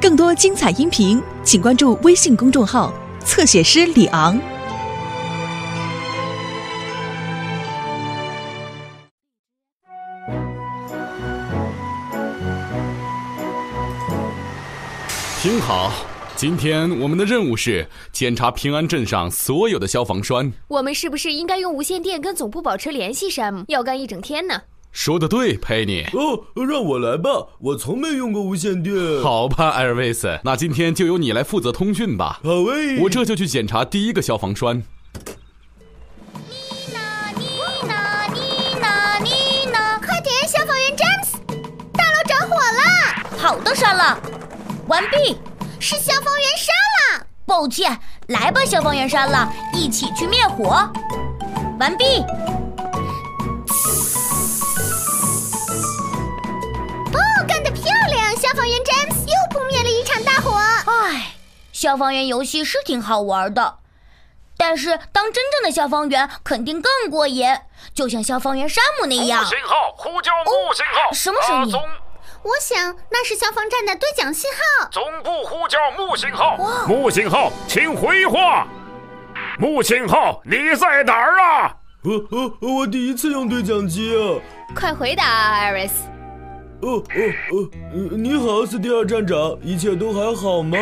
更多精彩音频，请关注微信公众号“侧写师李昂”。听好，今天我们的任务是检查平安镇上所有的消防栓。我们是不是应该用无线电跟总部保持联系？山姆要干一整天呢。说的对，佩妮。哦，让我来吧，我从没用过无线电。好吧，艾尔维斯，那今天就由你来负责通讯吧。好诶，我这就去检查第一个消防栓。妮娜，妮娜，妮娜，妮娜！快点，消防员詹姆斯，大楼着火了！好的，莎拉，完毕。是消防员莎拉。抱歉，来吧，消防员莎拉，一起去灭火。完毕。哦，干得漂亮！消防员詹姆斯又扑灭了一场大火。唉，消防员游戏是挺好玩的，但是当真正的消防员肯定更过瘾，就像消防员山姆那哎样。信号，呼叫木信号。哦什么声音啊阿宗我想那是消防站的对讲信号。总部呼叫木信号。哦木信号，请回话。木信号，你在哪儿啊？哦哦，我第一次用对讲机啊。快回答，艾瑞斯。哦哦哦，呃你好，斯蒂尔站长，一切都还好吗？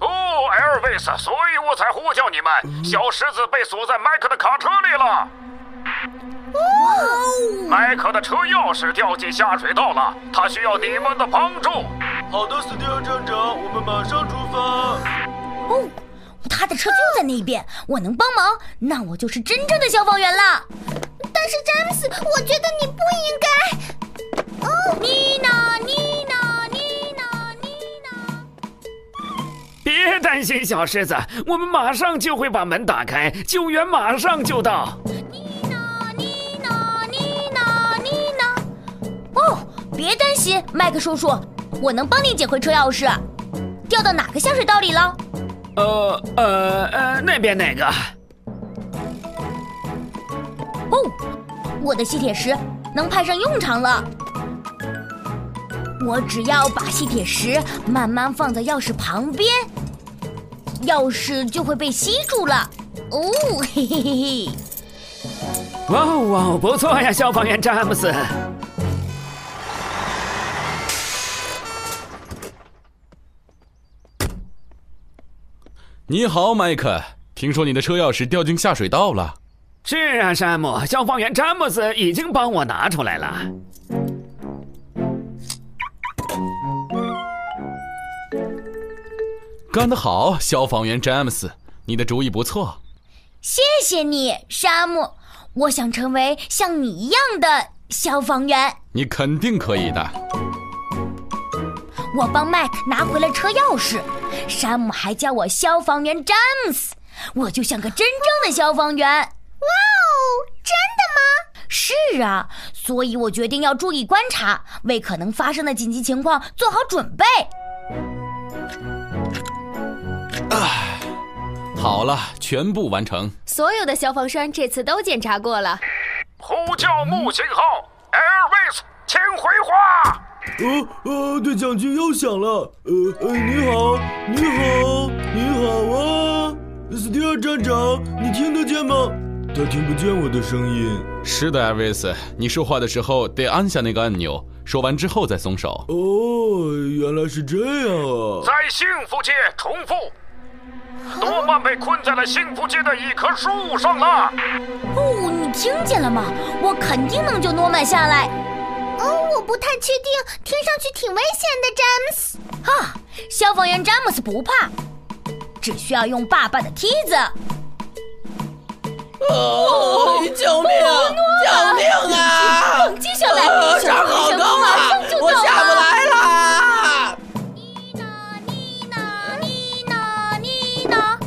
哦，艾尔维斯，所以我才呼叫你嗯们。小石子被锁在麦克的卡车里了。哦麦克的车钥匙掉进下水道了，他需要你们的帮助。好的，斯蒂尔站长，我们马上出发。哦，他的车就在那边，我能帮忙，那我就是真正的消防员了。但是詹姆斯，我觉得你不应该。妮娜，妮娜，妮娜，妮娜。别担心，小狮子，我们马上就会把门打开，救援马上就到。妮娜，妮娜，妮娜，妮娜。哦，别担心，麦克叔叔，我能帮你捡回车钥匙。掉到哪个下水道里了？呃呃呃，那边那个。哦，我的吸铁石能派上用场了。我只要把吸铁石慢慢放在钥匙旁边，钥匙就会被吸住了。哦，嘿嘿嘿嘿。哇哦哇哦，不错呀，消防员詹姆斯。你好，麦克，听说你的车钥匙掉进下水道了。是啊，山姆，消防员詹姆斯已经帮我拿出来了。干得好，消防员詹姆斯，你的主意不错。谢谢你，沙漠。我想成为像你一样的消防员。你肯定可以的。我帮麦克拿回了车钥匙，山姆还叫我消防员詹姆斯，我就像个真正的消防员。哇哦，真的吗？是啊，所以我决定要注意观察，为可能发生的紧急情况做好准备。好了，全部完成。所有的消防栓这次都检查过了。呼叫木信号，Airways，请回话。哦哦，对讲机又响了。呃呃，你好，你好，你好啊，斯蒂尔站长，你听得见吗？他听不见我的声音。是的，艾瑞斯，你说话的时候得按下那个按钮，说完之后再松手。哦，原来是这样啊！在幸福街重复。多曼被困在了幸福街的一棵树上了。哦，你听见了吗？我肯定能救诺曼下来。哦，我不太确定，听上去挺危险的，詹姆斯。哈，啊消防员詹姆斯不怕，只需要用爸爸的梯子。哦，救命！救命啊！接下来，呃小伤朋友小朋好痛友马啊上就！我到下不了。来啦！妮娜，妮娜，妮娜，妮娜。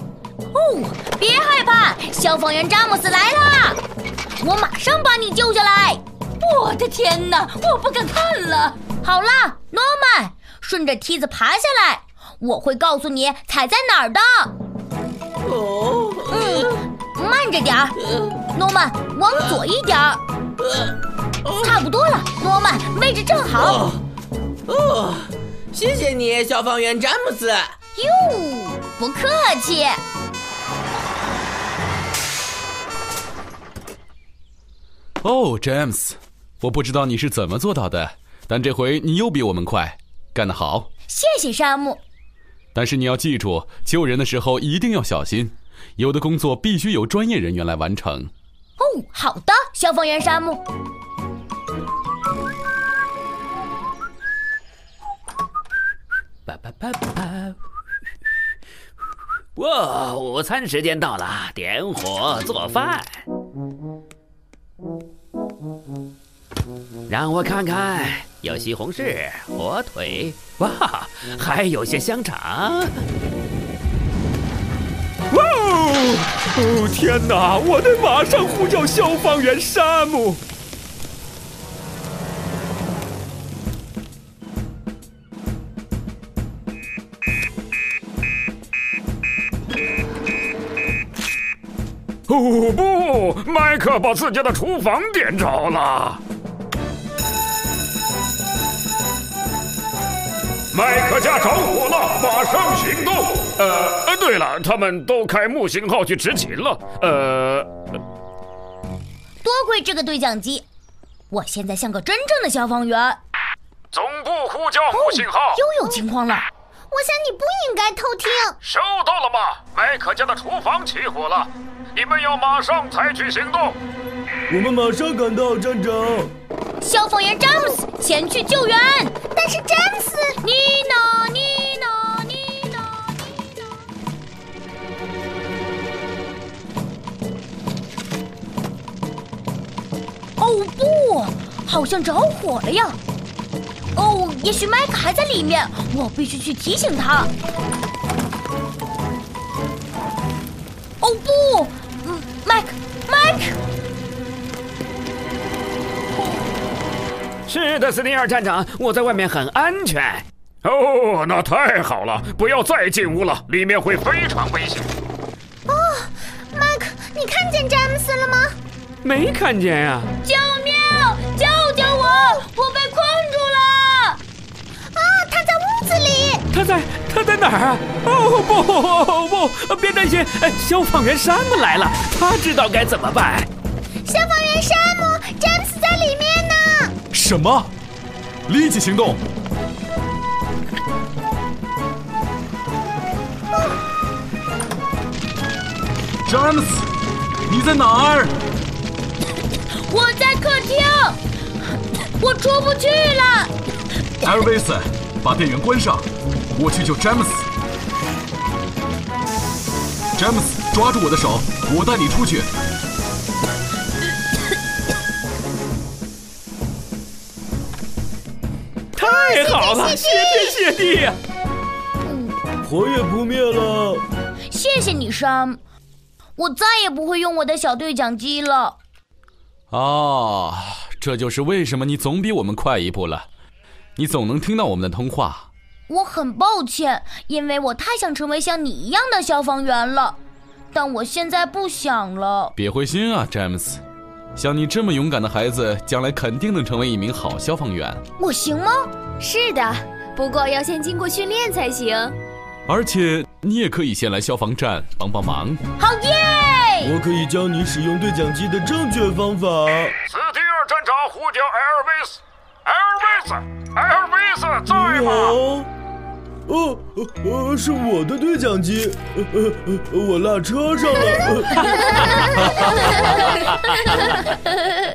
哦，别害怕，消防员詹姆斯来啦！我马上把你救下来。我的天哪，我不敢看了。好啦，诺曼，顺着梯子爬下来，我会告诉你踩在哪儿的。嗯哦，慢着点儿，诺曼，往左一点哦儿。差不多了，诺曼，位置正好。哦，哦，谢谢你，消防员詹姆斯。哟，不客气。哦，James，我不知道你是怎么做到的，但这回你又比我们快，干得好。谢谢山姆。但是你要记住，救人的时候一定要小心，有的工作必须由专业人员来完成。哦，好的，消防员山姆。叭叭叭叭！哇，午餐时间到了，点火做饭。让我看看，有西红柿、火腿，哇，还有些香肠。哇哦！哦天哪！我得马上呼叫消防员山姆。哦不！麦克把自家的厨房点着了。麦克家着火了，马上行动！呃，呃对了，他们都开木星号去执勤了。呃，多亏这个对讲机，我现在像个真正的消防员。总部呼叫木星号，又有情况了，哦我想你不应该偷听。收到了吗？麦克家的厨房起火了，你们要马上采取行动。我们马上赶到，站长。消防员詹姆斯前去救援。但是詹姆斯，妮娜，妮娜，妮娜，哦不，好像着火了呀！哦，也许麦克还在里面，我必须去提醒他。哦不，嗯麦克，麦克，是的，斯尼尔站长，我在外面很安全。哦，那太好了，不要再进屋了，里面会非常危险。麦克，你看见詹姆斯了吗？没看见呀、救命！救救我！我被困住了。啊，他在屋子里。他在他在哪儿啊？哦不哦不，别担心，哎消防员山姆来了，他知道该怎么办。消防员山姆，詹姆斯在里面呢。什么？立即行动！詹姆斯，你在哪儿？我在客厅，我出不去了。艾瑞威斯，把电源关上，我去救詹姆斯。詹姆斯，抓住我的手，我带你出去。太好了，哎谢天谢地呀！火也扑灭了。谢谢你，山。我再也不会用我的小对讲机了。哦，这就是为什么你总比我们快一步了，你总能听到我们的通话。我很抱歉，因为我太想成为像你一样的消防员了，但我现在不想了。别灰心啊，詹姆斯，像你这么勇敢的孩子，将来肯定能成为一名好消防员。我行吗？是的，不过要先经过训练才行。而且你也可以先来消防站帮帮忙。好耶！我可以教你使用对讲机的正确方法。斯蒂尔站长呼叫艾尔维斯，艾尔维斯，艾尔维斯在你吗？好。哦，呃，是我的对讲机，呃呃呃，我落车上了。呃